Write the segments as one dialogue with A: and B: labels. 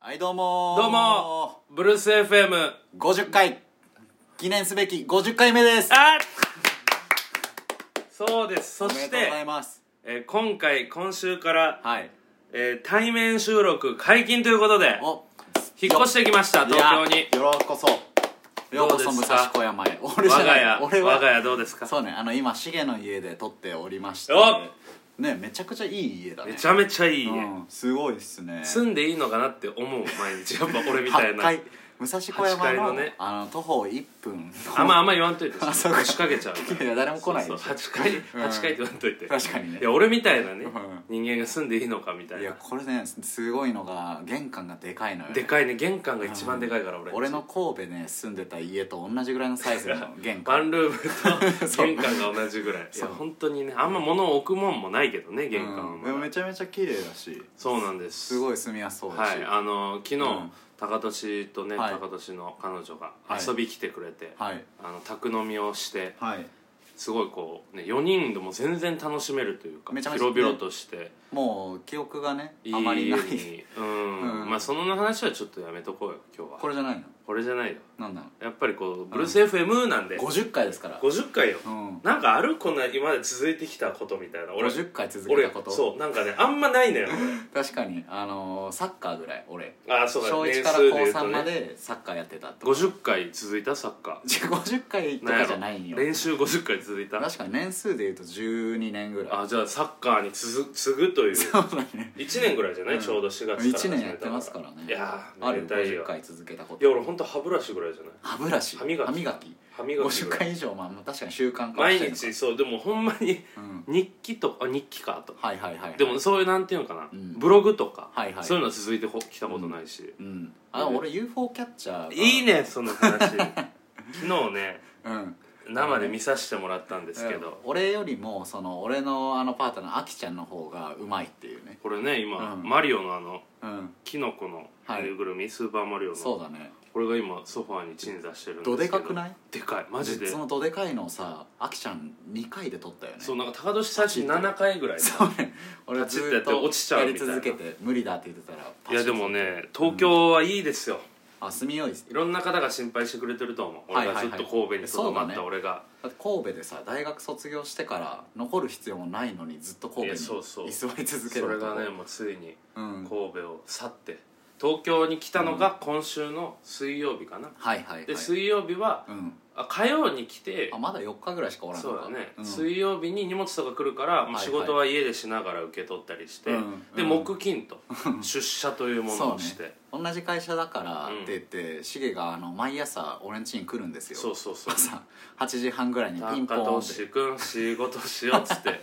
A: はいどうもー
B: どうもブルース FM
A: 50回記念すべき50回目です
B: あそうです
A: お
B: そ
A: めで
B: し
A: とうござい
B: て、
A: ます
B: えー今回今週から、
A: はい
B: えー対面収録解禁ということで
A: お
B: 引っ越してきました東京
A: い
B: に
A: やよろこそようこそ
B: どう
A: 武
B: です
A: 蔵
B: か
A: 小山へ俺じゃな
B: 我が
A: い
B: 家
A: 俺
B: 我が
A: は
B: 家どうですか
A: そうねあの今シゲの家で撮っておりまして
B: お
A: ねめちゃくちゃいい家だね
B: めちゃめちゃいい家、
A: うんすごいっすね
B: 住んでいいのかなって思う毎日やっぱ俺みたい
A: 8
B: な
A: 階武蔵小山
B: 八階
A: の
B: のね
A: あの徒歩1分
B: あんまあんま言わんといて
A: あそうか
B: 押しかけちゃうから
A: いや誰も来ないでし
B: そ
A: ょ
B: うそう8回8回って言わんといて
A: 確かにね
B: いや俺みたいなね
A: ん
B: 人間が住んでいいのかみたい
A: いや
B: な
A: これねすごいのが玄関がでかいのよね
B: でかいね玄関が一番でかいから俺
A: 俺の神戸ね住んでた家と同じぐらいのサイズの 玄
B: ワ
A: 関
B: ンルームと玄関が同じぐらいい
A: そ
B: や
A: う
B: 本当にねあんま物を置くもんもないけどね玄関は
A: うんでも
B: ま
A: め
B: だ
A: ちゃめちゃ綺麗だし
B: そうなんです
A: すごい住みやすそうだ
B: は
A: し
B: いあの昨日
A: うん
B: 高俊とね
A: はい
B: 高俊の彼女が
A: はい
B: 遊び来てくれて
A: はい
B: あの宅飲みをして
A: はい
B: すごいこうね4人でも全然楽しめるというか
A: めちゃめちゃ
B: 広々として
A: もう記憶がね
B: いい
A: あまりない
B: 家にうん、
A: うん
B: まあその話はちょっとやめとこうよ今日は
A: これじゃないの
B: これじゃないよ
A: なんなの
B: やっぱりこうブルース FM なんで、
A: 50回ですから
B: 50回よ、
A: うん
B: なんかあるこんな今まで続いてきたことみたいな俺
A: 50回続け
B: 俺
A: たこと
B: そうなんかねあんまない のよ
A: 確かにあのーサッカーぐらい俺
B: 俺あそうだ
A: 小
B: ね
A: 1から
B: 年数
A: 高
B: で言うと
A: 3ま
B: ね
A: でサッカーやってた と
B: 50回続いたサッカ
A: 50回と
B: ー
A: かじゃないん
B: ん
A: よ
B: やろ練習50回続いた
A: 確かに年数で言うと12年ぐらい
B: あじゃあサッカーに続次ぐとい う
A: そうだね
B: 1年ぐらいじゃない、
A: うん
B: ちょうど4月から
A: 1年やってますからね
B: いやー
A: あ
B: め
A: る
B: でたいよ
A: 50回続けたこ
B: いや
A: と
B: 俺本当歯ブラシぐらいじゃない
A: 歯ブラシ
B: 歯磨き
A: 歯磨き
B: 歯磨き
A: 50
B: ぐらい
A: 回以上まあまあ確かに習慣化は
B: 毎
A: してるのか
B: 日そうでもほんまに
A: うん
B: 日記とかあ日記かと
A: はいはいはいはい
B: でもそういうなんていうのかな、
A: うん
B: ブログとか、
A: はいはい
B: そういうの続いてきたことないし、
A: うんあでも俺 UFO キャッチャーが
B: いいねその話 昨日ね
A: うん
B: 生で見させてもらったんですけど、
A: 俺よりもその俺のあのパートナーあきちゃんの方がうまいっていうね
B: これね今、
A: うん
B: マリオのあの
A: うん
B: キノコの
A: はい
B: ぬいぐるみ、スーパーマリオ
A: そう
B: の
A: だね
B: これが今ソファーに鎮座してるんですけ
A: ど
B: ど
A: でかくない
B: でかいマジで
A: そのどでかいのをさあきちゃん2回で撮ったよね
B: そうなんか高年最初7回ぐらい
A: そうね 俺
B: パチッ
A: ず
B: てや
A: っ
B: って落ちち
A: と
B: ゃ
A: や
B: うみ
A: り
B: たいな
A: 続けて無理だって言ってたらパチ
B: い
A: ッ
B: やでもね東京はいいですよ、
A: あ住みよいです
B: いろんな方が心配してくれてると思う
A: はい
B: 俺
A: はい
B: が
A: はい
B: ずっと神戸にとどま
A: そ
B: っ
A: うだ
B: た
A: ね
B: 俺が、
A: だって神戸でさ大学卒業してから残る必要もないのにずっと神戸
B: いや
A: に
B: そうそう
A: 居座り続ける
B: それ
A: と
B: がねもうついに
A: うん
B: 神戸を去って東京に来たのが今週の水曜日かな、
A: はいはいはい
B: で水曜日は
A: うん
B: あ火曜に来て
A: あまだ4日ぐらいしかおらんの
B: そ
A: か
B: うだね、
A: ん
B: 水曜日に荷物とか来るから、
A: は
B: もう
A: いはい
B: 仕事は家でしながら受け取ったりして、
A: うん
B: で
A: うん
B: 木金と出社というものをして
A: 同じ会社だから
B: うん
A: って言ってシゲがあの毎朝俺ん家に来るんですよ
B: そう,、そう そう
A: 朝8時半ぐらいにピンポ
B: 高
A: ーンって
B: 俊君仕事しようっつって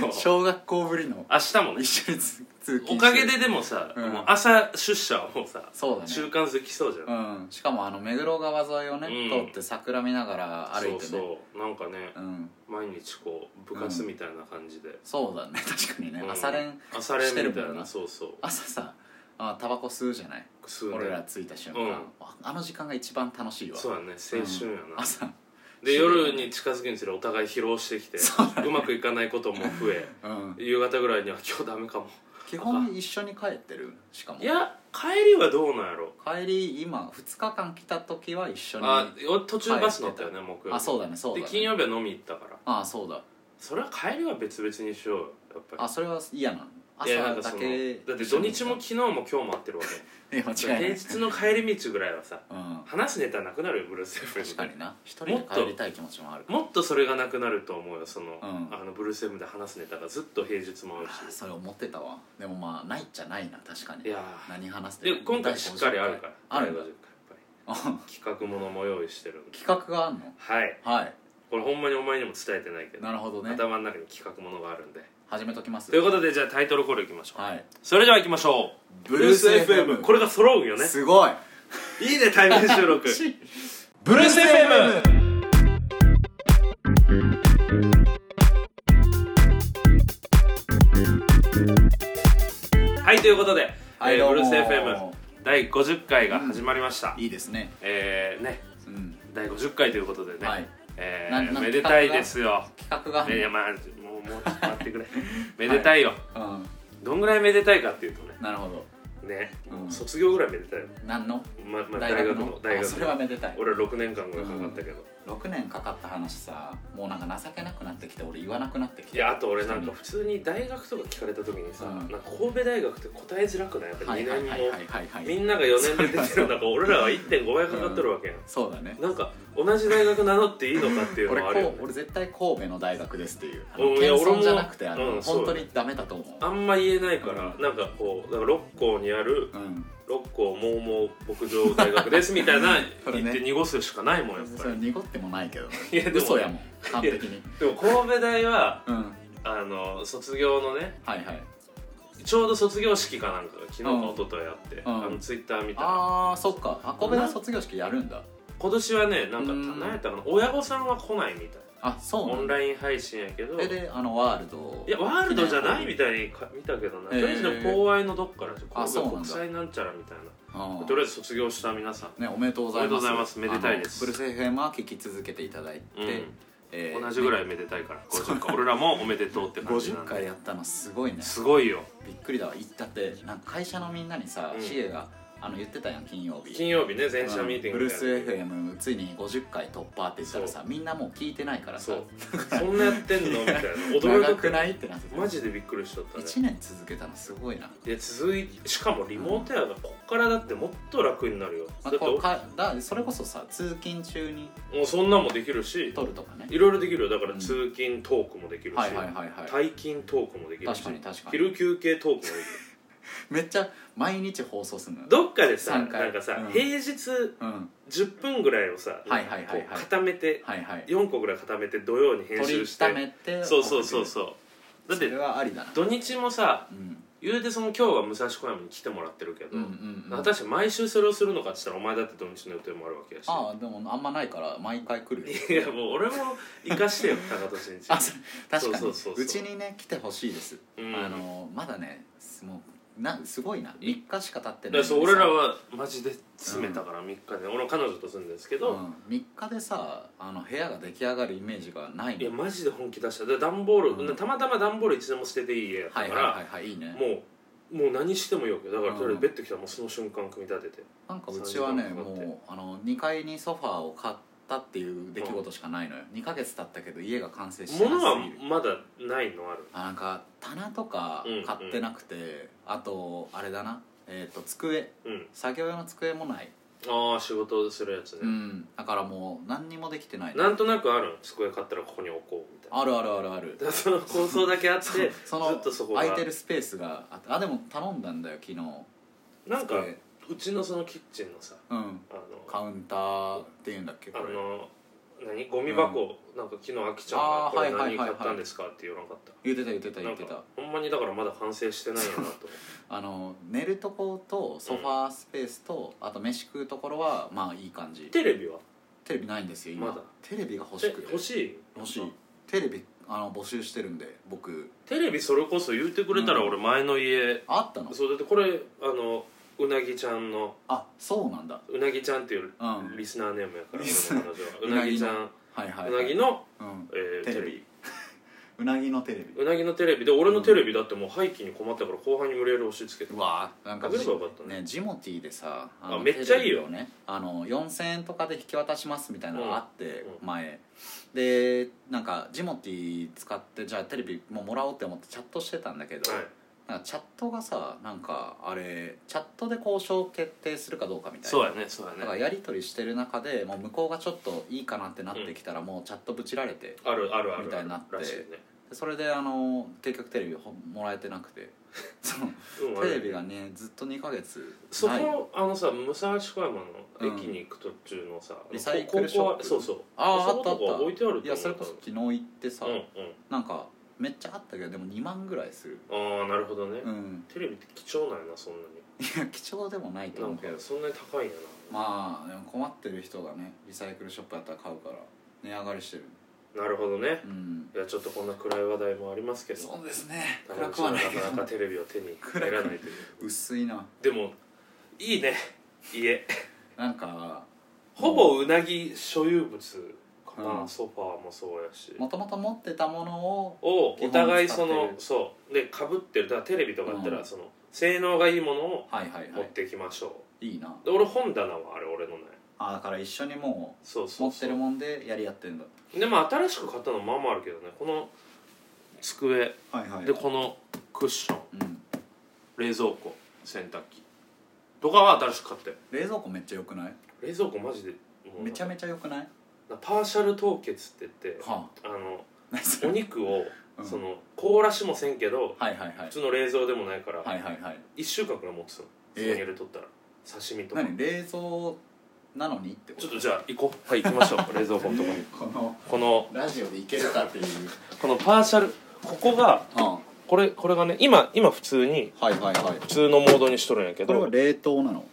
B: も う
A: 小学校ぶりの
B: 明日もね
A: 一緒につ通勤して
B: おかげででもさ、
A: うん
B: もう朝出社はもうさ
A: そうだね
B: 習慣づきそうじゃん、
A: うんしかもあの目黒川沿いをね、
B: うん
A: 通って桜見ながら歩いてね
B: そうそうなんかね、
A: うん
B: 毎日こう部活みたいな感じで、
A: そうだね確かにね、
B: うん
A: 朝練
B: 朝練みたい
A: してるも
B: なん
A: な
B: そうそう
A: 朝さあタバコ吸うじゃない
B: 吸うね
A: 俺ら着いた瞬間、
B: うん
A: ああの時間が一番楽しいわ
B: そうやね青春やな、
A: 朝
B: で夜に近づくにつれお互い疲労してきてう,、まくいかないことも 増え
A: うん
B: 夕方ぐらいには今日ダメかも
A: 基本一緒に帰ってるしかも
B: いや帰りはどうなんやろ
A: 帰り今2日間来た時は一緒に
B: あよ途中バス乗ったよね木曜日
A: あそうだねそうだ、ね、
B: で金曜日は飲み行ったから
A: ああそうだ
B: それは帰りは別々にしようよやっぱり
A: あそれは嫌なの
B: いやなん
A: 朝だ
B: かその
A: け
B: だって土日も昨日も今日も会ってるわけ
A: いや間違いない、
B: 平日の帰り道ぐらいはさ
A: うん、
B: 話すネタなくなるよブルース FM
A: 確かにな一人
B: も
A: で
B: っと
A: 帰りたい気持ちもある
B: もっとそれがなくなると思うよその,、
A: ん
B: あのブルース FM で話すネタがずっと平日もある
A: あー
B: し
A: それ思ってたわでもまあないっちゃないな確かに
B: いやー
A: 何話す
B: で今回しっかりあるから
A: あるん
B: 第
A: だ
B: 50回やっぱ
A: あ
B: り企画ものも用意してるんで
A: 企画があんの
B: はい
A: はい
B: これほんまにお前にも伝えてないけど
A: なるほどね
B: 頭の中に企画ものがあるんで
A: 始めときます
B: ということでじゃあタイトルコールいきましょう、
A: はい
B: それではいきましょう
A: ブルース FM
B: これが揃うよね
A: すごい
B: いいね対面収 録ブルース FM はいということで、
A: はい
B: えー
A: ど
B: ブ
A: う
B: ル
A: も
B: ース FM 第50回が始まりました、
A: いいですね
B: えー、ね
A: うん
B: 第50回ということでね、
A: はい
B: え
A: なん
B: ー、
A: なん
B: めでたいですよ
A: 企画があんの
B: いやまあ もうもうちょっと待ってくれめでたいよ、
A: うん
B: どんぐらいめでたいかっていうとね
A: なるほど
B: ね、
A: うん
B: 卒業ぐらいめでたいよ、
A: 何の
B: ままあ、
A: 大
B: 大
A: 学
B: 学
A: の
B: の大
A: あ
B: 学
A: それはめでたい
B: 俺は6年間ぐらいかかったけど、
A: 6年かかった話さもうなんか情けなくなってきて俺言わなくなってきて
B: いやあと俺なんか普通に大学とか聞かれた時にさ、
A: うん
B: なんか神戸大学って答えづらくないやっぱ
A: は
B: 2
A: い
B: 年
A: はい
B: も、
A: はいはいはいはい
B: みんなが4年で出てる中俺らは1.5倍かかってるわけやん、
A: そうだね
B: なんか同じ大学名乗っていいのかっていう
A: 俺こ
B: のはあるよ、
A: う
B: ね、
A: 俺絶対神戸の大学ですっていうあ
B: う
A: の
B: んいや
A: 謙
B: 俺
A: 遜
B: も
A: じゃなくてあの、
B: うんそう
A: 本当にダメだと思う
B: あんま言えないから、
A: う
B: なんかこうだから六甲にある
A: うん
B: 六甲もうもう牧場大学ですみたいな
A: それね
B: 言って濁すしかないもんやっ
A: そ
B: ぱ
A: れ
B: り
A: 濁ってもないけどね
B: いやでもね
A: 嘘やもん完璧に
B: でも神戸大は
A: うん
B: あの卒業のね
A: はいはい
B: ちょうど卒業式かなんかが昨日か一昨日あって、
A: うん
B: あのツイッター見たら
A: あーそっかあ神戸の卒業式やるんだ
B: 今年はねなんか
A: うん
B: 何やったかな親御さんは来ないみたい
A: あそう
B: オ
A: なん
B: ン
A: だ
B: ライン配信やけど
A: え
B: い
A: であのワールド
B: やワールドじゃないみたいにか見たけどな、
A: えー
B: とりあえずでも公愛のどっから
A: あ
B: 神
A: そうなんだ
B: 戸国際なんちゃらみたいな
A: うん
B: とりあえず卒業した皆さん、
A: ねおめでとうございます
B: おめでとうございますめでたいです
A: あのブルース FM は聞き続けていただいて、
B: うん
A: えー
B: 同じぐら
A: ね
B: いめでたい から50回俺らもおめでとうって感じ
A: 50
B: なんで
A: 回やったのすごいね
B: すごいよ
A: びっくりだわ行ったってなんか会社のみんなにさ、
B: うん
A: シエがあの言ってたやん金曜日
B: 金曜日ね全社ミーティング
A: ブルー
B: で
A: ス FM ついに50回突破って言ったらさみんなもう聞いてないからさ
B: そうそんなやってんのみたいな驚いた
A: 長くないってなってた
B: マジでびっくりしとったね
A: 1年続けたのすごいな
B: で続いしかもリモートやがこっからだってもっと楽になるよだ
A: まあ
B: って
A: こうかだそれこそさ通勤中に
B: もうそんなんもできるし
A: 撮るとかね
B: いろいろできるよだか
A: う
B: ら
A: ん
B: 通勤トークもできるし
A: はいはいはいはい
B: 退勤トークもできるし
A: 確かに確かに
B: 昼休憩トークもできる
A: めっちゃ毎日放送するのよ
B: どっかでさ
A: 三回
B: なんかさ
A: うん
B: 平日
A: うんは
B: 10分ぐらいをさ
A: はいはいはいはい
B: こう固め
A: い
B: て
A: はい
B: 4個ぐらい固めて土曜に編
A: 取
B: 集
A: り
B: したて
A: めて
B: そうそうそうそうだっ
A: それ
B: て
A: はありだな
B: 土日もさ
A: うん
B: 言うてその今日は武蔵小山に来てもらってるけど
A: うんうんうん
B: 果たして毎週それをするのかって言ったらお前だって土日の予定もあるわけやし
A: ああでもあんまないから毎回来るよ
B: いやもう俺も生かしてよ高俊一
A: あそう確か
B: そ
A: に
B: うそうそうそう
A: ちにね来てほしいです、
B: うん
A: あのまだねすもうなすごいな3日しか経ってな
B: だ
A: い
B: からそう俺らはマジで詰めたから3日で、俺は彼女と住んでるんですけど、
A: 3日でさあの部屋が出来上がるイメージがない
B: いや
A: の
B: マジで本気出したで段ボール、
A: うん
B: たまたま段ボール一度も捨てていい家やった
A: は
B: か
A: い
B: ら、
A: はいはいはいいいね
B: もうもう何してもいいわけだから
A: うん
B: とりあえずベッド来たらもうその瞬間組み立てて、
A: なんかうちはね
B: 三時間かかって
A: もうあの2階にソファーを買ったっていう出来事しかないのよ、2ヶ月経ったけど家が完成してな
B: 物
A: す
B: は
A: ぎる
B: まだないのある
A: あなんか棚とか買ってなくて、あとあれだなえっ、と机
B: うん
A: 作業用の机もない
B: ああ仕事するやつね、
A: うんだからもう何にもできてない
B: なんとなくある机買ったらここに置こうみたいな
A: あるあるあるある
B: だからその構想だけあってず
A: その
B: っとそこが
A: 空いてるスペースがあってあでも頼んだんだよ昨日
B: なんか
A: 机
B: うちのそのキッチンのさ
A: うん
B: あの
A: カウンターっていうんだっけこ
B: あ
A: れ
B: の何ゴミ箱、なんか昨日あきちゃんが
A: あー
B: 「こ
A: は
B: れ
A: いはいはい
B: 何買
A: はい
B: ったんですか?」って言わなかった
A: 言ってた言ってた
B: な
A: 言っ
B: ん
A: てた
B: かほんまにだからまだ完成してないよなと
A: あの寝るとことソファースペースと、あと飯食うところはまあいい感じ
B: テレビは
A: テレビないんですよ今、
B: まだ
A: テレビが欲し
B: え
A: くて
B: 欲しい
A: 欲しいテレビあの募集してるんで僕
B: テレビそれこそ言うてくれたら
A: うん
B: 俺前の家、
A: あったの
B: そうだってこれあのうなぎちゃんの
A: あそうなんだ
B: うなぎちゃんっていう
A: うん
B: リスナーネームやから、
A: リスナー
B: 俺の彼女はうなぎちゃんう
A: はいはい、は
B: なぎ
A: い、
B: の、
A: うん、
B: えー
A: テレ
B: テ
A: ビ
B: レビ
A: うなぎのテレビ
B: うなぎのテレビで俺のテレビだってもう廃棄に困ったから後輩に無理やり押し付けて
A: うわーなんか
B: 食べればよかったね
A: ねジモティーでさあの
B: あめっちゃいいよ
A: テレビをねあの4000円とかで引き渡しますみたいなのがあって、
B: うん
A: 前でなんかジモティー使ってじゃあテレビももらおうって思ってチャットしてたんだけど、
B: はい
A: なんかチャットがさなんかあれチャットで交渉を決定するかどうかみたいな
B: そうやねそう
A: だ
B: や
A: から
B: ね
A: やり取りしてる中でもう向こうがちょっといいかなってなってきたら、もうチャットぶちられて
B: あるあるある
A: みたいになって
B: らしいね
A: でそれであの結局テレビほもらえてなく てその
B: うんあれ
A: テレビがねずっと2ヶ月
B: そ
A: ない
B: こあのさ武蔵小山の駅に行く途中のさ、
A: リサイクルショップ
B: ここそうそう
A: あー
B: そことか
A: あったあった
B: 置いてあると思う
A: い
B: い
A: やそれこそ昨日行ってさ、
B: うんうん
A: なんかめっちゃあったけどでも2万ぐらいする
B: ああなるほどね、
A: うん
B: テレビって貴重なんやなそんなに
A: いや貴重でもないと
B: な
A: 思
B: ん
A: うけ
B: か
A: ど
B: そんなに高いんやな、
A: まあでも困ってる人がねリサイクルショップやったら買うから値上がりしてる
B: なるほどね
A: うん
B: いやちょっとこんな暗い話題もありますけど
A: そうですね
B: 高
A: 暗
B: 橋
A: くはない
B: なかなかテレビを手に入らないという
A: 薄いな
B: でもいいね家
A: なんか
B: ほぼうなぎ所有物かな、
A: うん
B: ソファーもそうやし、
A: もともと持ってたものを
B: をお互いそ
A: 基本使っ
B: の
A: てる
B: そうでかぶってるだからテレビとかだった
A: う
B: ら
A: ん
B: その、性能がいいものを
A: はいはい
B: 持
A: は
B: ってきましょう、
A: いいいな
B: で俺本棚はあれ俺のね
A: あだから一緒にも
B: そう
A: う
B: そ
A: 持
B: う
A: って
B: そう
A: るもんでやり合ってんだ
B: でも新しく買ったのまあまああるけどねこの机
A: はいはい
B: でこのクッション
A: うん
B: 冷蔵庫洗濯機とかは新しく買ったよ
A: 冷蔵庫めっちゃ良くない
B: 冷蔵庫マジでもう
A: めちゃめちゃ良くない
B: なパーシャル凍結って言って
A: は
B: あの
A: あ何そ
B: お
A: れ
B: 肉を、
A: うん
B: その凍らしもせんけど、
A: はいはいは
B: 普
A: い
B: 通の冷蔵でもないから、
A: はいはいはい
B: 一1週間くらい持つのそ
A: え
B: こ
A: ー
B: に入れとったら、刺身とか
A: 何冷蔵なのにってこ
B: ち
A: と
B: ょっとじゃあ行こうはい行きましょ う冷蔵庫のとこに
A: この
B: この
A: ラジオでいけるかっていう
B: このパーシャルここが
A: うんは
B: これこれがね今今普通に
A: いはいはい
B: 普通のモードにしとるんやけ
A: これは
B: ど
A: 冷凍なの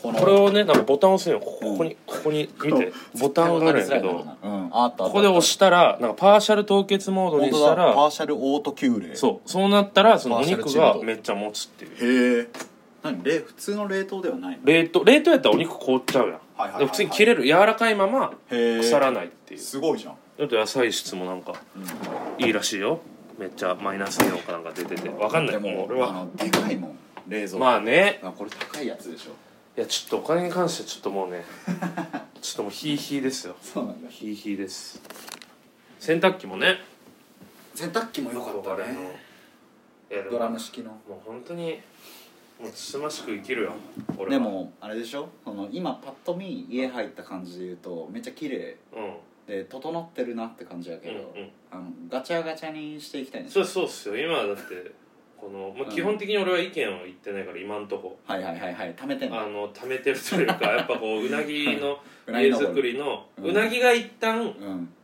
A: この
B: これをねなんかボタン押すのよここ
A: うん
B: ここにここに見てボタンがあるんやけど
A: うんあった
B: ここで押
A: し
B: したらなんかパーシャル凍結モードに
A: 本
B: した
A: 当だパ
B: ら
A: ーシャルオート急冷
B: そうそうなったらそのお
A: パーシャル
B: 肉
A: チル
B: が
A: ド
B: めっちゃ持つっていう
A: へえ何冷普通の冷凍ではないの
B: 冷凍冷凍やったらお肉凍っちゃうやん、
A: はいはいはいはい
B: で普通に切れる柔らかいまま
A: へえ
B: 腐らないっていう
A: すごいじゃん
B: ちょっと野菜室もなんかいいらしいよめっちゃマイナスイオンかなんか出ててわかんな
A: で
B: いもう
A: も
B: 俺
A: あ
B: は
A: のでかいもん冷蔵庫
B: まあね
A: あこれ高いやつでしょ
B: いやちょっとお金に関してちょっとも うねちょっともうヒーヒーですよ
A: そうなんだ
B: ヒーヒーです洗濯機もね
A: 洗濯機も良かった
B: 憧れの
A: ね
B: いやでも
A: ドラム式の
B: もう本当にもうつつましく生きるよ俺は
A: でもあれでしょその今パッと見家入った感じで言うとめっちゃ綺麗
B: うん
A: で整ってるなって感じやけど、
B: うんうん
A: あのガチャガチャにしていきたいんです
B: そうそうっすよ今だってこの、まあ、基本的に俺は意見を言ってないから今んとこ
A: はいはいはいはい貯めてんの
B: あの貯めてるというかやっぱこううな ぎの
A: うなぎ
B: 家
A: の
B: 作りの
A: うん
B: うなぎが一旦
A: うん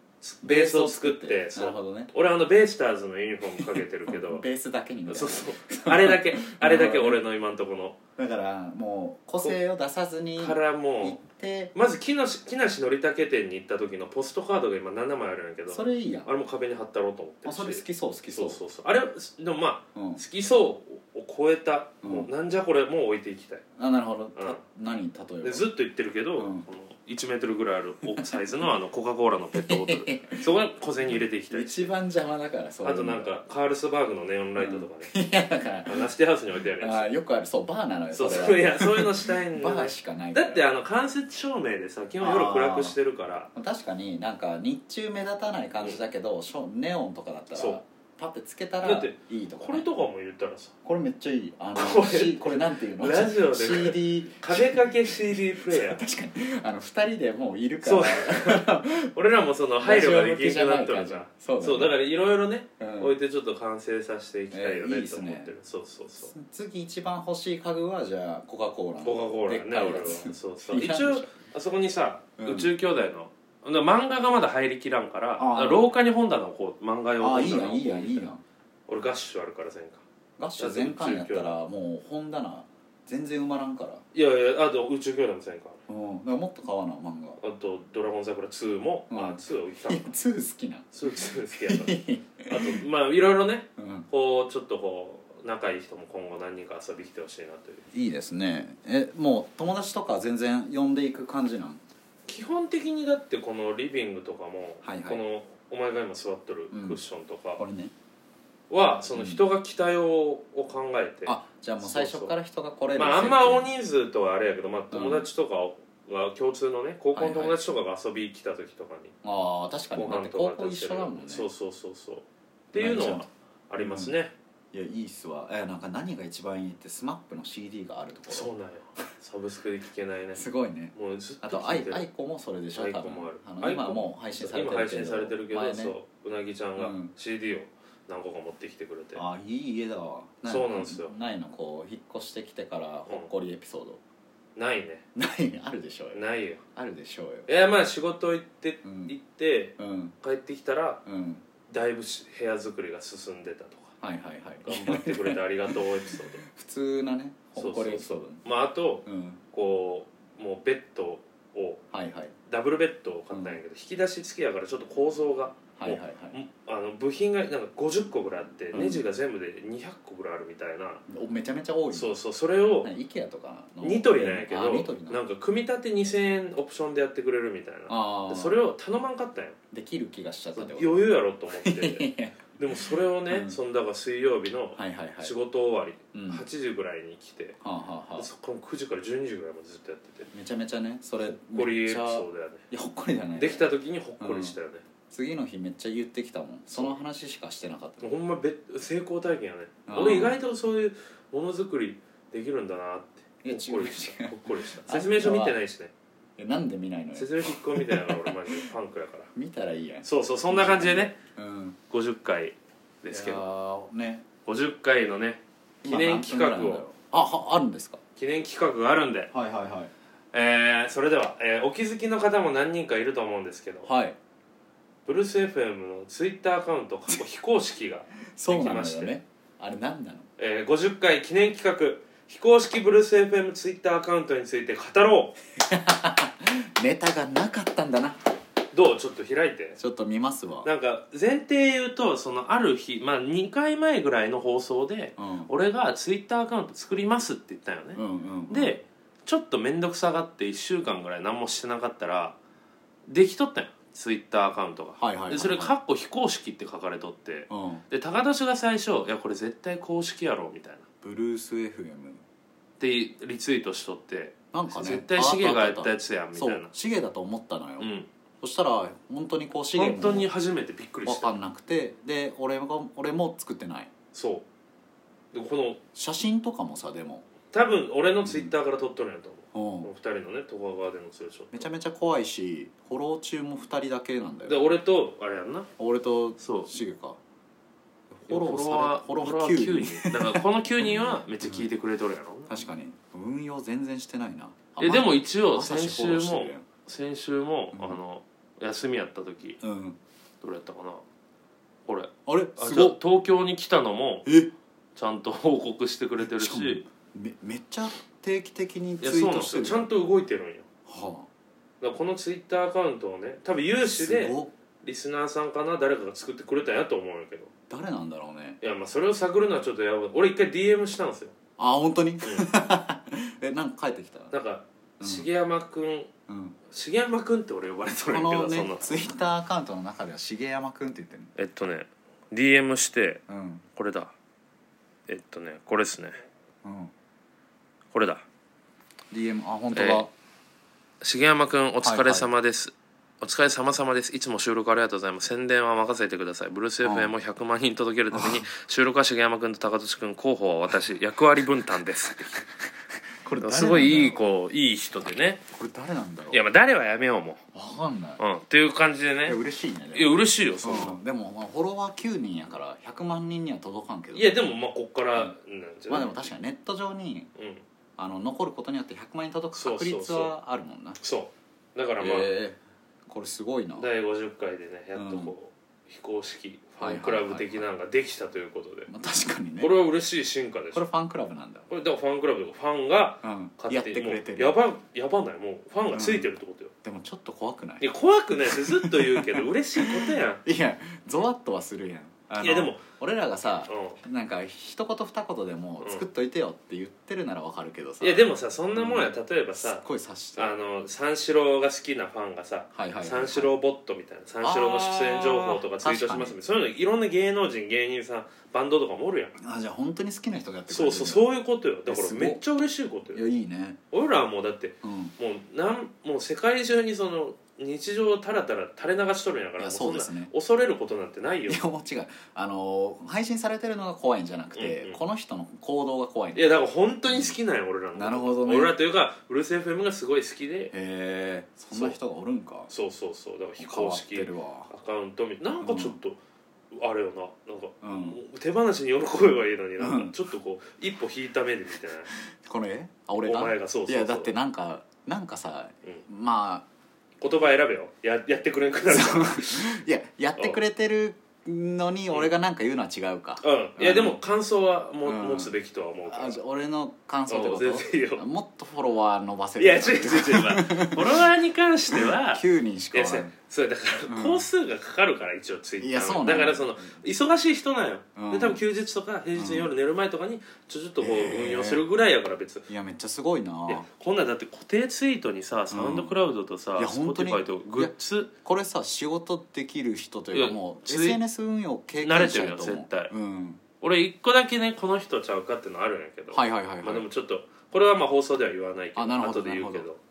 B: ベースを作って
A: な
B: そ
A: る
B: う
A: ほどね
B: 俺あのベイスターズのユニフォームかけてるけど
A: ベースだけにね
B: そうそう あれだけあれだけ俺の今んとこの
A: だからもう個性を出さずに行
B: から
A: っ
B: も
A: て
B: うまず木梨木梨憲武店に行った時のポストカードが今7枚あるんやけど
A: それいいやん
B: あれも壁に貼ったろうと思って
A: あ
B: るし
A: それ好きそう好き
B: そ
A: そうう
B: そうそうあれでもま
A: う
B: あ
A: ん
B: 好きそうを超えた、
A: うん
B: もうなんじゃこれもう置いていきたい
A: あなるほど、た何例えば
B: でずっと言ってるけど、
A: うん
B: この1メートルぐらいあるおサイズのあのコカ・コーラのペットボトル そこに小銭入れていきたい
A: 一番邪魔だからそうい
B: あ
A: う
B: と
A: の
B: なんかカールスバーグのネオンライトとかね、
A: いやだから
B: ナスティハウスに置いてある
A: あー
B: や
A: よくあるそうバーなのよ
B: つそ
A: れ
B: う
A: は
B: そういやそういうのしたいんだ
A: バ
B: よ
A: ーしかないか
B: だ
A: ら
B: ってあの間接照明でさ基本夜暗くしてるから
A: 確かになんか日中目立たない感じだけど、ショネオンとかだった
B: そう
A: らパッてつけた
B: だっ
A: ら
B: て
A: いいとか、ね、
B: これとかも言ったらさ
A: これめっちゃいいあの
B: これ
A: C- これなんていうの
B: ラジオで
A: CD
B: 壁掛け CD プレイヤー
A: 確かにあの2人でもういるか
B: そう
A: ら
B: 俺らもその配慮ができなくなったらじゃん
A: そうだね
B: そうだからいろいろね、
A: うん
B: 置いてちょっと完成させていきたいよね
A: えーいいっ
B: と
A: す
B: 思
A: ね
B: ってる、そうそうそう
A: 次一番欲しい家具はじゃあコカ・コーラの
B: コカ・コーラね
A: でっかい
B: 俺
A: や
B: は
A: つ
B: そうそう
A: い
B: 一
A: らんでしょ
B: 応あそこにさ、
A: うん
B: 宇宙兄弟のな漫画がまだ入りきらんから
A: あー
B: 廊下に本棚をこう漫画用
A: ああ
B: 本
A: いい
B: 棚
A: や
B: を
A: んいいやんいいやん
B: 俺ガッシュあるから前回
A: ガッシュ全巻やったらもう本棚全然埋まらんから
B: いやいやあと宇宙兄弟も前回
A: うんだからもっと買わな漫画
B: あと「ドラゴン桜2も」
A: うん
B: あ2は置いた
A: い
B: の
A: や2好きな
B: 2 2好きや からあとまあいろいろね
A: うん
B: こうちょっとこう仲いい人も今後何人か遊びに来てほしいなという
A: いいですねえもう友達とか全然呼んでいく感じなん
B: 基本的にだってこのリビングとかも、
A: はいはい
B: このお前が今座ってるクッションとか
A: これね
B: は、その人が来た用を考えて、
A: あじゃあもう最初から人が来れる
B: まああんま大
A: 設
B: 人数とはあれやけど、まあ、友達とかは共通のね高校の友達とかが遊びに来た時とかに
A: 定ああ確かにだって高校一緒だもんね
B: そうそうそうそうっていうのはありますね、
A: いやいいっすわえなんか何が一番いいってスマップの CD があるとこ
B: そうなんよサブスクで聴けないね
A: ろすごいね
B: もうずっと
A: あと
B: 聴
A: ア
B: い
A: イ
B: てる
A: アイコもそれでしょ
B: アイ
A: 多
B: コ
A: 分
B: もある
A: あの今
B: アイコ
A: もう配信されてる
B: 今
A: けど
B: 配信されてるけど、
A: 前ね
B: そううなぎちゃんが
A: うん
B: CD を何個か持ってきてくれて、
A: あいい家だわか
B: そうなんですよ
A: ないのこう引っ越してきてからほっこりエピソード、
B: ないね
A: ないあるでしょうよ
B: ないよ
A: あるでしょうよ
B: いやまあ仕事行って、
A: うん
B: 行って
A: うん
B: 帰ってきたら
A: うん
B: だいぶし部屋作りが進んでたとか
A: はいはいはい
B: 頑張ってくれてありがとうエピソー
A: 普通なねほっこりエピソード
B: ドまああと
A: うん
B: こうもうベッドを
A: はいはい
B: ダブルベッドを買ったんやけど、引き出し付きやからちょっと構造が、
A: はいはいはい
B: もうあの部品がなんか50個ぐらいあって、
A: うん
B: ネジが全部で200個ぐらいあるみたいな、
A: おめちゃめちゃ多い
B: そうそうそれを、
A: ね IKEA とかの
B: ニトリなんやけ
A: あ
B: ど
A: ニトリな
B: なんか組み立て2000円オプションでやってくれるみたいな
A: あ
B: で
A: あ
B: それを頼まんかったんよ
A: できる気がしちゃったってこ
B: 余裕やろと思って
A: と
B: でもそれをね、
A: うん
B: そのだから水曜日の
A: はいはいはい
B: 仕事終わり、
A: うんは
B: 8時ぐらいに来て、
A: あはあはあ
B: でそこから9時から12時ぐらいまでずっとやってて
A: めちゃめちゃねそれ
B: ゴリ
A: め
B: エ
A: っ
B: ピ
A: ち
B: ソ
A: ゃ
B: ードだよね
A: いやほっこりじゃない
B: できた時にほっこりしたよね、
A: 次の日めっちゃ言ってきたもんその話しかしてなかった
B: ほんま別成功体験やね
A: あー
B: 俺意外とそういうものづくりできるんだなって
A: いや
B: ほっこりした
A: 違う違う
B: ほっこりした
A: あんたは
B: 説明書見てないしね
A: えなんで見ないのよ
B: 説明書一個見てないから俺マジでパンク やから
A: 見たらいいやん
B: そうそうそんな感じでね
A: うん
B: 50回ですけ
A: い
B: ど
A: やーね
B: 50回のね記念企画
A: まあ何分ぐらいなんだろう
B: を
A: あはあるんですか
B: 記念企画があるんで
A: はいはいはい
B: えーそれでは、えーお気づきの方も何人かいると思うんですけど
A: はい
B: ブルース FM のツイッターアカウント過去非公式が、
A: そうなの
B: でき
A: よ
B: まし
A: ねあれなんなの
B: えー50回記念企画非公式ブルース FM ツイッターアカウントについて語ろう
A: ネタがなかったんだな
B: どうちょっと開いて
A: ちょっと見ますわ
B: なんか前提言うとそのある日、まあ、2回前ぐらいの放送で
A: うんうん
B: 俺がツイッターアカウント作りますって言ったよね、
A: うんうん
B: でちょっと面倒くさがって1週間ぐらい何もしてなかったらできとったよツイッターアカウントが、
A: はいはいはいはい
B: でそれ「かっこ非公式」って書かれとって
A: うん
B: で高年が最初「いやこれ絶対公式やろ」みたいなっ
A: ブルース FM
B: てリツイートしとって
A: なんかね
B: 絶対シゲがやったや
A: つ
B: つやんみた
A: そ
B: いうな
A: シゲだと思ったのよ、
B: うん
A: そしたら本当にこうシゲも
B: 本当に初めてびっくり
A: 分
B: し
A: か
B: た
A: んなくてで俺が俺も作ってない
B: そうでこの
A: 写真とかもさでも、
B: 多分俺のツイッターから撮っとるんやと思う
A: うん
B: この2人のね戸川ガーデンのツーショ
A: め
B: ッ
A: ちゃめちゃ怖いしフォロー中も2人だけなんだ
B: ト
A: よ
B: で俺とあれやんな
A: 俺と
B: そう
A: シゲか
B: フ
A: フ
B: ォ
A: ォ
B: ロ
A: ロ
B: ワ
A: ーされ
B: ー
A: フォロワー
B: フォロワー9
A: 9
B: 人だからこの9人はめっちゃ聞いてくれとるやろ
A: 確かに運用全然してないな
B: えでも一応
A: 朝
B: 先
A: 日フォロー
B: 週
A: して
B: も
A: るやん
B: 先週も
A: うん
B: あの休みやった時
A: うん
B: どれやったかなこれ
A: あれ
B: あ
A: す
B: じゃあ
A: ごっ
B: 東京に来たのも
A: え
B: ちゃんと報告してくれてる
A: しかも
B: し
A: めめっちゃ定期的に
B: い
A: ツ
B: や
A: イ
B: そうな
A: ー
B: ん
A: ト
B: で
A: し
B: す
A: て
B: よ
A: る
B: ちゃんと動いてるんよ
A: は
B: だからこのツイッターアカウントをね多分有
A: あ
B: 志
A: す
B: で
A: ごっ
B: リスナーさんかな誰かが作ってくれたんやと思うんやけど
A: 誰なんだろうね
B: いやまあそれを探るのはちょっとやばい俺一回 DM したんですよ
A: あ本当に えなんか帰ってきた
B: なんか
A: うん
B: 茂山君
A: うん
B: 茂山君って俺呼ばれと
A: こ
B: るんやけ
A: の
B: どそん
A: ね
B: な
A: ツイッターアカウントの中では茂山くんって言ってる
B: えっとね DM して
A: うん
B: これだえっとねこれですね
A: うん
B: これだ
A: DM あ本当
B: えー
A: だ
B: 重山くんお疲れ様です、お疲れ様様ですいつも収録ありがとうございます宣伝は任せてくださいブルース
A: うん
B: FM を100万人届けるために収録は重山くんと高俊くん広報は私役割分担です
A: これ誰なんだろう
B: すごいいい子いい人でね
A: これ誰なんだろう
B: いやまあ誰はやめようも
A: わかんないう
B: うんっていう感じで
A: い
B: ね
A: や嬉しいね
B: いや嬉しいよそんな、
A: うんでもまあフォロワー9人やから100万人には届かんけど
B: いやでもまあこっからなんじゃ
A: まあ
B: ない、
A: でも確かにネット上に
B: うん
A: あの残ることによって100万人届く確率はあるもんな
B: そうだからまあ、
A: えーこれすごいな
B: 第50回でねやっとこう、非公式ファンクラブ的なのができたということで、
A: まあ確かにね
B: これは嬉しい進化でし
A: これ
B: ょ
A: ファンクラブなんだ
B: これだからファンクラブとかファンが
A: うんや
B: 勝
A: っ
B: 手
A: てく
B: にも
A: れ
B: う
A: てる
B: やばやばないもうファンがついてるってことよ、
A: でもちょっと怖くない
B: いや怖くないってずっと言うけど嬉しいことや
A: いやゾワッとはするやんあの
B: いやでも
A: 俺らがさ
B: ん、う
A: なんか一言二言でも
B: うん
A: 作っといてよって言ってるならわかるけどさ
B: ん、いやでもさそんなもんや
A: う
B: 例えば
A: すっ
B: さ、
A: ごい察して
B: あの三四郎が好きなファンがさ、
A: はいはいはい
B: 三四郎ボットみたいな三四郎の出演情報とかツイートしますみたいなそういうのいろんな芸能人芸人さんバンドとかもおるやん
A: あじゃあ本当に好きな人がやってくれ
B: そ
A: る
B: うそう
A: う
B: そういうことよだか
A: え
B: ら
A: すご
B: めっちゃ嬉しいことよ
A: いやいいね
B: 俺らはもうだって
A: うん
B: もうなんもう世界中にその日常をたらたら垂れ流しとるんやから
A: いや
B: もんな
A: そうですね
B: 恐れることなんてな いよ
A: いやもう違うあのー配信されてるのが怖いんじゃなくて、
B: うんうん
A: この人の行動が怖いん
B: い
A: だへ
B: やだから本当に好きなんよ俺らのこと
A: なるほどね
B: 俺らというかうるせえ FM がすごい好きで
A: えそんな人がおるんか
B: そうそうそうだから非
A: 変
B: 公
A: わって
B: 式
A: るわ
B: アカウントみなんかちょっと、あれよななんか、
A: うん
B: 手放しに喜べばいいのになん
A: う
B: か
A: ん
B: ちょっとこう一歩引いた目でみたいな
A: この絵あ俺が
B: お前がそうそうそうい
A: いやだってなんかなんかさ、まあ
B: 言葉選べよややってくれんくなるか
A: いややってくれてるのに
B: うん
A: 俺がなんか言うのは違うか、
B: らうんいや
A: うん
B: でも感想はも、
A: うん
B: 持つべきとは思うから
A: あじゃあ俺の感想ってこ
B: うん全然いい
A: と
B: よ
A: もっとフォロワー伸ばせ
B: い
A: る
B: や違う違う違うまあフォロワーに関しては
A: 9人し
B: い
A: かお
B: や
A: ら
B: そ
A: ん
B: そうだから工数がかかるから一応ツイッター
A: いやそうなの
B: だからその忙しい人なんよ、
A: うん
B: で多分休日とか平日の夜寝る前とかにちょちょっとこう
A: へー
B: 運用するぐらいやから別に
A: いやめっちゃすごいない
B: やこんなんだって固定ツイートにさサウンドクラウドとさ、
A: いや
B: スポ
A: 本当
B: ティ
A: に
B: ファイとグッズ
A: これさ仕事できる人という
B: い
A: か
B: や
A: もう
B: つい
A: SNS 運用経験者やと思う
B: 慣れてるよ絶対
A: うん
B: 俺一個だけねこの人ちゃうかってのあるんやけど、
A: はいはいはい
B: まあ、
A: は
B: で
A: い
B: もちょっとこれはまあ放送では言わないけど
A: あなるほど
B: 後で言うけ
A: なる
B: ど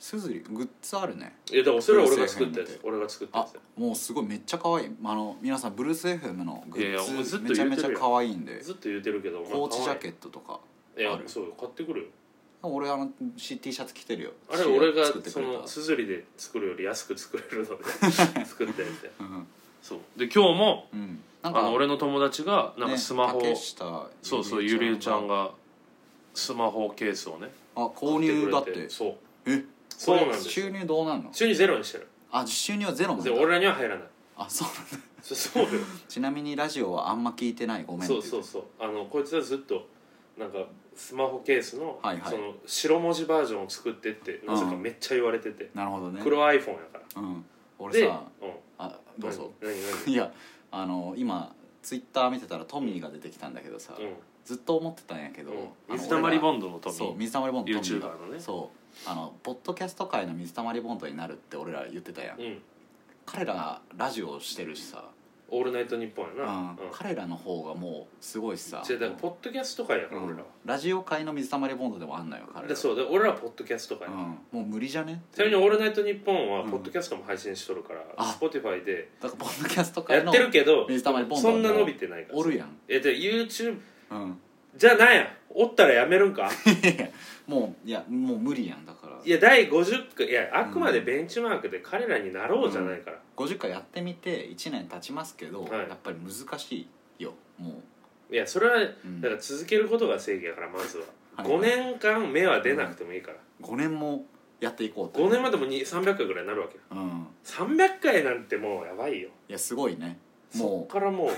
A: すずりグッズあるね
B: いやだからそれは俺が作った
A: ブル
B: や
A: ース FM
B: つ
A: で
B: 俺が作ったや
A: あ
B: つや
A: もうすごいめっちゃ可愛いあの皆さんブルース FM のグ
B: いやいやも
A: ッ
B: うず
A: ズ
B: っと
A: めちゃめちゃ可愛いんで
B: ずっと言うてるけど
A: コーチジャケ
B: ッ
A: ットとか
B: トいや
A: ある
B: そうよ買ってくるよ
A: 俺あの T シャツ着てるよ
B: あれ俺が
A: 作って
B: そ
A: くれた
B: のすずりで作るより安く作れるので 作ったやつや
A: うん
B: そうで今日も
A: うんな
B: あ
A: んか
B: の俺の友達がなんか
A: ね
B: スマホを
A: 竹下
B: そうそうゆりえちゃんがスマホケースをね
A: あ購入だっ
B: 買くれ
A: て
B: そう
A: え
B: そうなんです
A: 収
B: よ
A: 入どうなんの
B: 収入ゼロにしてる
A: あ収入はゼロなん
B: で
A: だ
B: 俺らには入らない
A: あそうなんだ
B: そそうよ
A: ちなみにラジオはあんま聞いてないごめんって
B: そ
A: いう
B: そうそうあのこいつはずっとなんかスマホケースの,、
A: はいはい
B: その白文字バージョンを作ってってなぜかめっちゃ言われてて、
A: なるほどね
B: 黒 iPhone やから
A: うん俺
B: で、
A: さ
B: うん、
A: あどうぞ
B: 何 何
A: いやあの今ツイッター見てたらトミーが出てきたんだけどさ
B: 何、うん
A: ずっと思ってたんやけど
B: うん、水溜りボ
A: ンド
B: ンドのトミ
A: そう
B: ー
A: 水溜りボンドトミー
B: YouTuber
A: が
B: のね
A: そうあのポッドキャスト界の水溜りボンドになるって俺ら言ってたやん
B: うん
A: 彼らラジオしてるしさ
B: 「オールナイトニッポン」やな、
A: うん彼らの方がもうすごいしさ
B: 違うだからポッドキャスト界やから、
A: う
B: 俺
A: ん
B: らは
A: ラジオ界の水溜りボンドでもあんのよ彼ら
B: でそうで俺らはポッドキャスト界、
A: うんもう無理じゃね
B: ちなみに「オールナイトニッポン」は
A: うん
B: ポッドキャストも配信しとるから、
A: あ
B: Spotify で
A: だからポッドキャスト界
B: や
A: の
B: ってるけど
A: 水溜りボンド
B: そ
A: はも
B: ん
A: う
B: な伸びてないから
A: おるやん
B: えで YouTube
A: うん
B: じゃあなんやおったらやめる んか
A: もういやもう無理やんだから
B: いや第50回いやあくまでベンチマークで彼らになろうじゃないから、
A: 50回やってみて1年経ちますけど、
B: はい
A: やっぱり難しいよもう
B: いやそれは
A: うん
B: だから続けることが正義やからまずは、
A: はい
B: 5年間目は出なくてもいいから、
A: 5年もやっていこうと
B: 5年までもに300回ぐらいになるわけよ
A: うん
B: 300回なんてもうやばいよ
A: いやすごいね
B: そ
A: も
B: っ
A: う
B: からも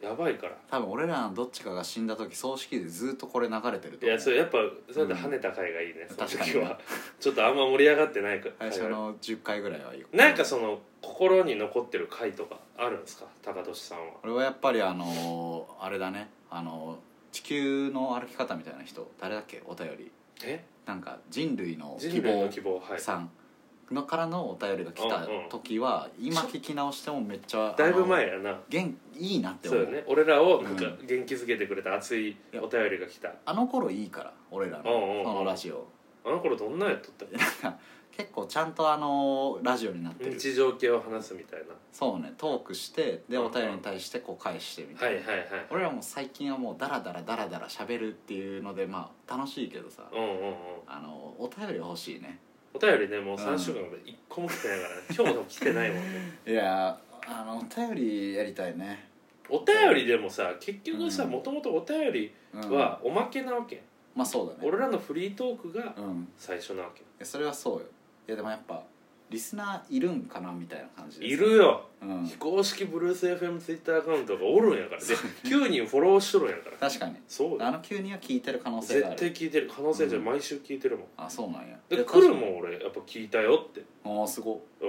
B: うやばいから
A: 多分俺らのどっちかが死んだ時葬式でずっとこれ流れてると
B: い
A: 思
B: やそうやっぱそうやって跳ねた回がいいね、
A: うん
B: その
A: 確
B: 時
A: かに
B: は
A: な
B: ちょっとあんま盛り上がってない回
A: 最初の10回ぐらいはいいよ
B: なんかその心に残ってる回とかあるんですか高俊さんは
A: 俺はやっぱりあのーあれだねあのー地球の歩き方みたいな人誰だっけお便り
B: え
A: なんか人類の希
B: 人類の
A: 望
B: 希望はい
A: さんのからのお便りが来た
B: うんうん
A: 時は今聞き直してもめっちゃ
B: だいぶ
A: あ
B: 前
A: の
B: やな
A: 元いいなって
B: そ
A: 思
B: う
A: う
B: だね俺らをなんか
A: う
B: 元気づけてくれた熱いお便りが来た
A: あの頃いいから俺らの
B: うんうんうん
A: そのラジオ
B: あの頃どんなやっとったっ
A: 結構ちゃんとあのーラジオになって
B: け
A: る
B: 日常系を話すみたいな
A: そうねトークしてで
B: うん
A: お
B: うん
A: 便りに対してこう返してみた
B: はいい
A: な、
B: はいはい
A: 俺らも最近はもうダラダラダラダラ喋るっていうのでまあ楽しいけどさ、
B: うんうんうん
A: あのお便り欲しいね
B: お便りねもう3週間まで1個も来てない からね今日も来てないもんね
A: いやーあのお便りやりたいね、
B: お便りでもさ結局さ
A: うん
B: もともとお便り
A: うん、
B: はおまけなわけ
A: まあそうだね
B: 俺らのフリートークが
A: うんい
B: 最初なわけ
A: やそれはそうよいやでもやっぱリスナーいるんかなみたいな感じで
B: いるよ
A: うん
B: 非公式ブルース FM ツイッターアカウントがおるんやからで9人フォローしとるんや から
A: 確かに
B: そうだ
A: あの急には聞いてる可能性
B: 絶
A: がある
B: 対聞いてる可能性じゃ
A: うん
B: 毎週聞いてるもん
A: あそうなんや
B: で
A: で
B: 来るもん俺やっぱ聞いたよって
A: もああすご
B: う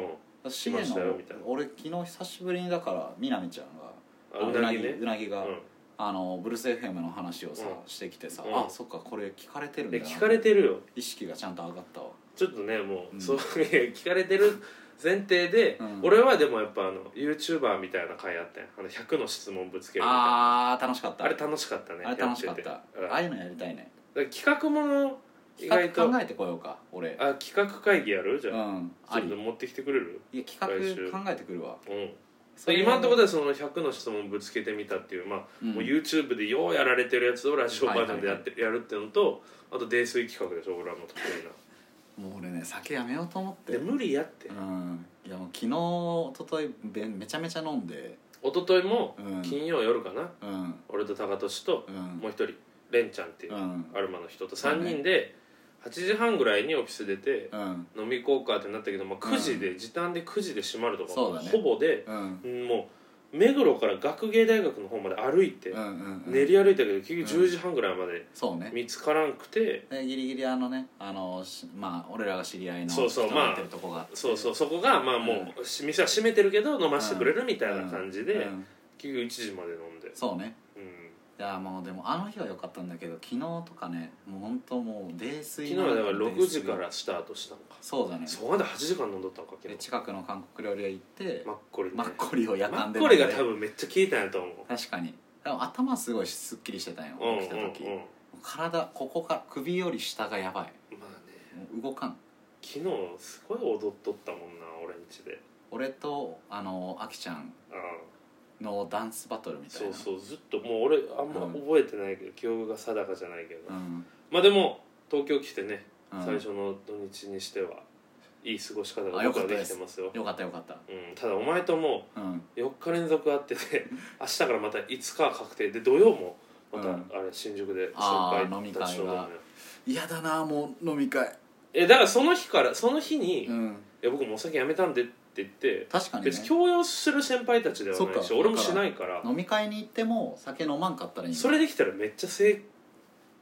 A: いシ
B: ま
A: ゲ
B: したよ
A: の
B: みたいな
A: 俺昨日久しぶりにだからみなみちゃんが
B: んあうなぎね
A: うなぎが、
B: う
A: あのブルース FM の話をさ、
B: う
A: してきてさ、
B: うん
A: あそっかこれ聞かれてる
B: ん
A: んだ
B: で
A: な
B: 聞かれてるよ
A: 意識がちゃんと上がったわ
B: ちょっとねもう、
A: うん
B: そう聞かれてる前提で、
A: うん
B: 俺はでもやっぱあの YouTuber みたいな回あったやんあの100の質問ぶつけるみたいなあ
A: あー楽しかった
B: れ楽しかったね
A: あれ楽しかっ
B: や
A: た
B: ててうん
A: ああいうのやりたいね
B: だから企画もの意
A: 企画
B: 外と
A: 考えてこようか俺
B: あ企画会議やるじ
A: う
B: ゃあ、
A: ん
B: ち
A: あ
B: ょっ
A: り
B: と持ってきてくれる
A: いや
B: 来
A: 企
B: 週
A: 画考えてくるわ
B: うん
A: そ
B: で
A: れ
B: 今のところでその100の質問ぶつけてみたっていうまあ、
A: うん
B: もう YouTube でようやられてるやつをラジオバージョンでやって、やるっていうのとあと泥酔企画でしょ俺らの得意な
A: もう俺ね酒やめようと思って
B: で無理やって、
A: うんいやもう昨日一昨日べめちゃめちゃ飲んで
B: 一昨日も
A: うん
B: 金曜夜かな、
A: うん
B: 俺と高俊と
A: うん
B: もう一人レンちゃんっていううんアルマの人と
A: そうね
B: 3人で8時半ぐらいにオフィス出て
A: うん
B: 飲み行こうかってなったけど、まあ、9時で時短で9時で閉まるとか
A: そうだね
B: ほぼで
A: うん
B: うんもう目黒から学芸大学の方まで歩いて
A: うんうんうん
B: 練り歩いたけど結
A: う
B: 局
A: ん
B: 10時半ぐらいまで
A: そうね
B: 見つからんくて
A: でギリギリあのねあのしまあ俺らが知り合いの
B: そうそう
A: 人がや
B: まあ
A: ってるとこがあって
B: そうそうそこがまあもうし店は閉めてるけど飲ませてくれるみたいな感じで
A: うん
B: 結局1時まで飲んで
A: そうね
B: うん
A: いやもうでもあの日は良かったんだけど昨日とかねもう本当もう泥
B: 昨
A: 酔
B: 日はだから
A: 泥酔
B: 6時からスタートしたのか
A: そうだね
B: そこまで8時間飲んどったのか昨
A: で
B: 日
A: 近くの韓国料理屋行って
B: マッコリね
A: マッコリを夜
B: マ
A: 間で
B: ッ
A: 飲
B: コ
A: んで
B: リが多分めっちゃ効いたんやと思う
A: 確かにでも頭すごいすっきりしてたんよ
B: うんうんうん
A: 起きた時体ここから首より下がやばい
B: まあね
A: もう動かん
B: 昨日すごい踊っとったもんな俺んちで
A: 俺とあのあきちゃん
B: うん
A: のダンスバトルみたい
B: そ
A: な
B: うそうずっともう俺あんま
A: うん
B: 覚えてないけど、記憶が定かじゃないけど、
A: うん、
B: まあでも東京来てね、
A: うん、
B: 最初の土日にしてはいい過ごし方
A: あ
B: が
A: よかった
B: 僕はで
A: で
B: き
A: す
B: てますよ
A: よかったよかった
B: うん、ただお前とも
A: うん
B: う4日連続会ってて 明日からまた5日は確定で土曜もまた、
A: うん
B: あれ新宿で
A: あー
B: 先輩たちと
A: 飲み会が
B: 飲むのよ
A: 嫌だなもう飲み会
B: えだからその日からその日に
A: う
B: 「い
A: ん
B: や僕もうお酒やめたんで」って言って
A: 確かにね
B: 別に強要する先輩たちでは
A: そっ
B: ない
A: か
B: し俺もしないから
A: 飲み会に行っても酒飲まんかったらいいの
B: それできたらめっちゃ成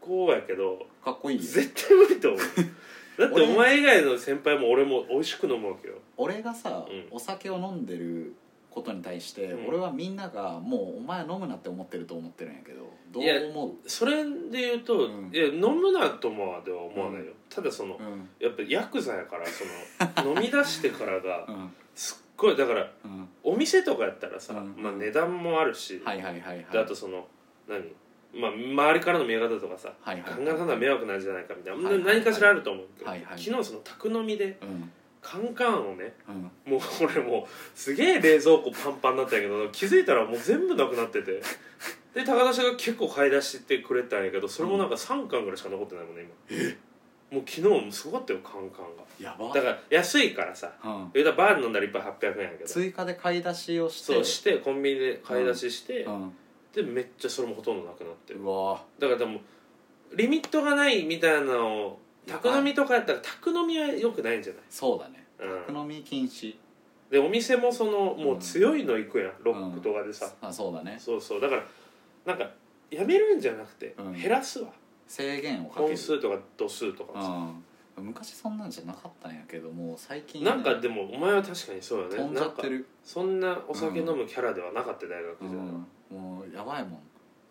B: 功やけど
A: かっこいいよ
B: 絶対無理と 思うだって
A: 俺
B: お前以外の先輩も俺も美味しく飲むわけよ
A: 俺がさ、
B: うん
A: お酒を飲んでることに対して、
B: うん
A: 俺はみんながもうお前飲むなって思ってると思ってるんやけどど
B: いや
A: う思
B: それで言うと、
A: うん
B: いや飲むなともでは思わないよ、ただその
A: ううん
B: やっぱヤクザやからそ の飲み出してからが
A: うん
B: すっごいだから
A: うん
B: お店とかやったらさ、
A: うん
B: まあ、値段もあるし、
A: はいはいはいはい
B: であとその何まあ、周りからの見え方とかさ
A: はいはい
B: 考え方は迷惑なんじゃないかみたい
A: は
B: な、
A: いはいはい
B: 何かしらあると思うけど、
A: はいはい
B: 昨日その宅飲みで
A: うん
B: カンカンをね
A: うん
B: もう 俺もうすげえ冷蔵庫パンパンになったんやけど気づいたらもう全部なくなっててで高田氏が結構買い出してくれたんやけどそれもなんか3巻ぐらいしか残ってないもんね今もう昨日もすごかったよカンカンが
A: やば
B: だから安いからさ
A: うん、
B: 言うたらバーで飲んだら一杯800円やけど
A: 追加で買い出しをして
B: そうしてコンビニで買い出しして、
A: うん、
B: でめっちゃそれもほとんどなくなってる
A: うわ
B: だからでもリミットがないみたいなのを宅飲みとかやったら宅飲みはよくないんじゃない
A: そうだね
B: うん
A: 宅飲み禁止
B: でお店もそのもう強いの行くやん、ロックとかでさ、
A: あそうだね
B: そうそうだからなんかやめるんじゃなくて、
A: うん
B: 減らすわ
A: 制限をかけ
B: 本
A: る
B: 数とか度数とかさ、
A: うん、昔そんなんじゃなかったんやけどもう最近、
B: なんかでもお前は確かにそうよね
A: 飛んじ
B: な
A: ゃ
B: ん
A: っ
B: か
A: てる
B: そんなお酒飲むキャラではなかった大学
A: う
B: じゃない、
A: ん、もうやばいもん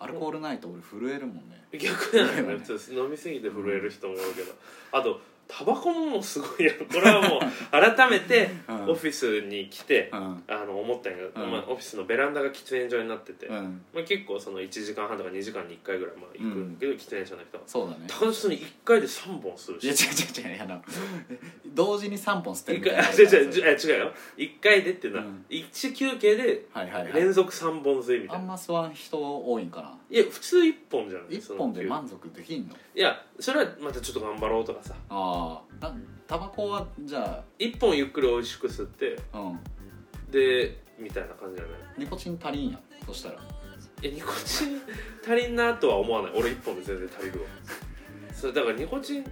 A: アルコールないと俺震えるもんね
B: 逆なのよ
A: いや
B: ね
A: ね
B: ちょっと飲みすぎて震える人もおるけど、あとタバコももうすごいやんこれは もう改めて
A: うん
B: オフィスに来て、
A: うん
B: あの思ったんやけど、
A: うん
B: まあ、オフィスのベランダが喫煙所になってて、
A: うん
B: まあ、結構その1時間半とか2時間に1回ぐらいまあ行くんだけど、喫煙所の人は
A: そうだね
B: 高田さんに1回で3本吸う
A: い
B: し
A: や違う違う違うあの同時に3本捨てる
B: 一
A: みたい
B: 回
A: な
B: あ違う違う違う違うよ一回でっていうのは、
A: うん
B: 一休憩で
A: はいはいはい
B: 連続三本吸いみた
A: あ
B: い
A: ん
B: な、
A: ま吸わん人多いんかない
B: や普通一本じゃない
A: 1本で
B: その
A: 満足できんの
B: いやそれはまたちょっと頑張ろうとかさ
A: ああなタバコはじゃ
B: 一本ゆっくり美味しく吸って
A: あうん
B: でみたいな感じじゃない
A: ニコチン足りんやそしたら
B: いやニコチン足りんなとは思わない俺一本で全然足りるわそれだからニコチン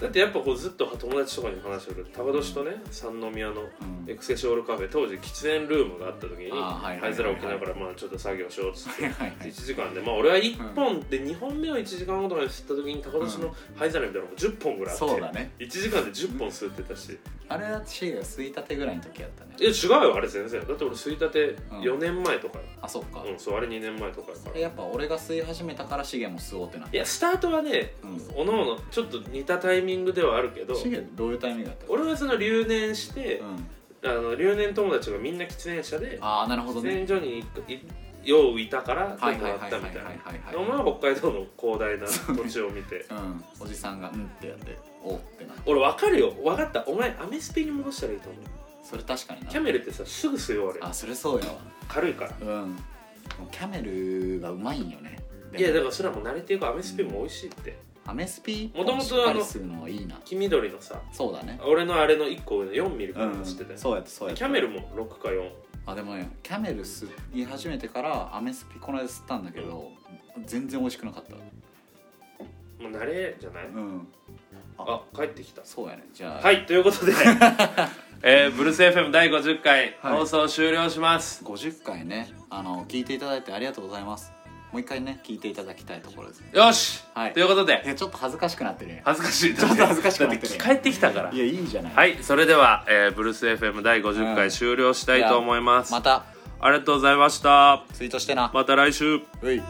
B: だってやっぱこうずっと友達とかに話してるけど高年とね三宮
A: う
B: の
A: ん
B: エクセシオールカフェ当時喫煙ルームがあった時に
A: あーはいはいはいはい
B: あいつら起きながらまあちょっと作業しようっつって
A: はいはいはい
B: 1時間でまあ俺は1本で2本目を1時間後とかに吸った時に高年の灰皿みたいなのも10本ぐらいあっ て
A: そうだね
B: 1時間で10本吸ってたし
A: あれはシーが吸いたてぐらいの時やったね
B: いや違うよあれ全然だって俺吸いたて4年前とかよ
A: あそっか、
B: うんそうあれ2年前とかやから
A: やっぱ俺が吸い始めたからシゲも吸おうってなっ
B: いやスタートはね
A: た、うん、
B: おのおのちょっと似たタイミングではあるけど
A: シゲどういうタイミングだった
B: 俺はその留年して、
A: うん、
B: あの留年友達がみんな喫煙者で
A: ああなるほど
B: 喫
A: ね
B: 煙所にいよういたから
A: はい
B: 出
A: はい
B: て
A: は
B: も
A: い
B: らっ
A: はい
B: た
A: はい
B: み
A: は
B: たいないお前は北海道の広大な土地を見て
A: うん、おじさんが「うん」ってやって「おう」ってな
B: 俺分かるよ分かったお前アメスピに戻したらいいと思う
A: それ確かにな
B: キャメルってさすぐ吸うよ俺
A: あそれそうやわ
B: 軽いから
A: うんキャメルがうまいんよね
B: いやだ
A: か
B: からそれはもう慣れていくアメスピも美味しいって
A: らアメスピ
B: もともと
A: しっか
B: あの
A: りするのはいいな
B: 黄緑のさ
A: そうだね
B: 俺のあれの1個上の4ミリか
A: う
B: ら
A: ん
B: 吸ってたよ、
A: そうやってそうやっ
B: キ
A: て
B: ャメルも6か4
A: あでもねキャメル吸い始めてからアメスピこの間吸ったんだけど全然美味しくなかった
B: もう慣れじゃない
A: うん
B: あ帰ってきた
A: そうやねじゃあ
B: はいということでえーブルース FM 第50回
A: はい
B: 放送終了します、
A: 50回ねあの聞いていただいてありがとうございますもう一回ね聞いていただきたいところですね
B: よし、
A: はい
B: ということで
A: えちょっと恥ずかしくなってるね
B: 恥ずかしいち
A: ょっと恥ずかしくなってる
B: 帰ってきたから
A: いやいいじゃない、
B: はいそれでは、えーブルース FM 第50
A: う
B: 回
A: ん
B: 終了したいと思います、
A: また
B: ありがとうございました
A: ツイートしてな、
B: また来週
A: うい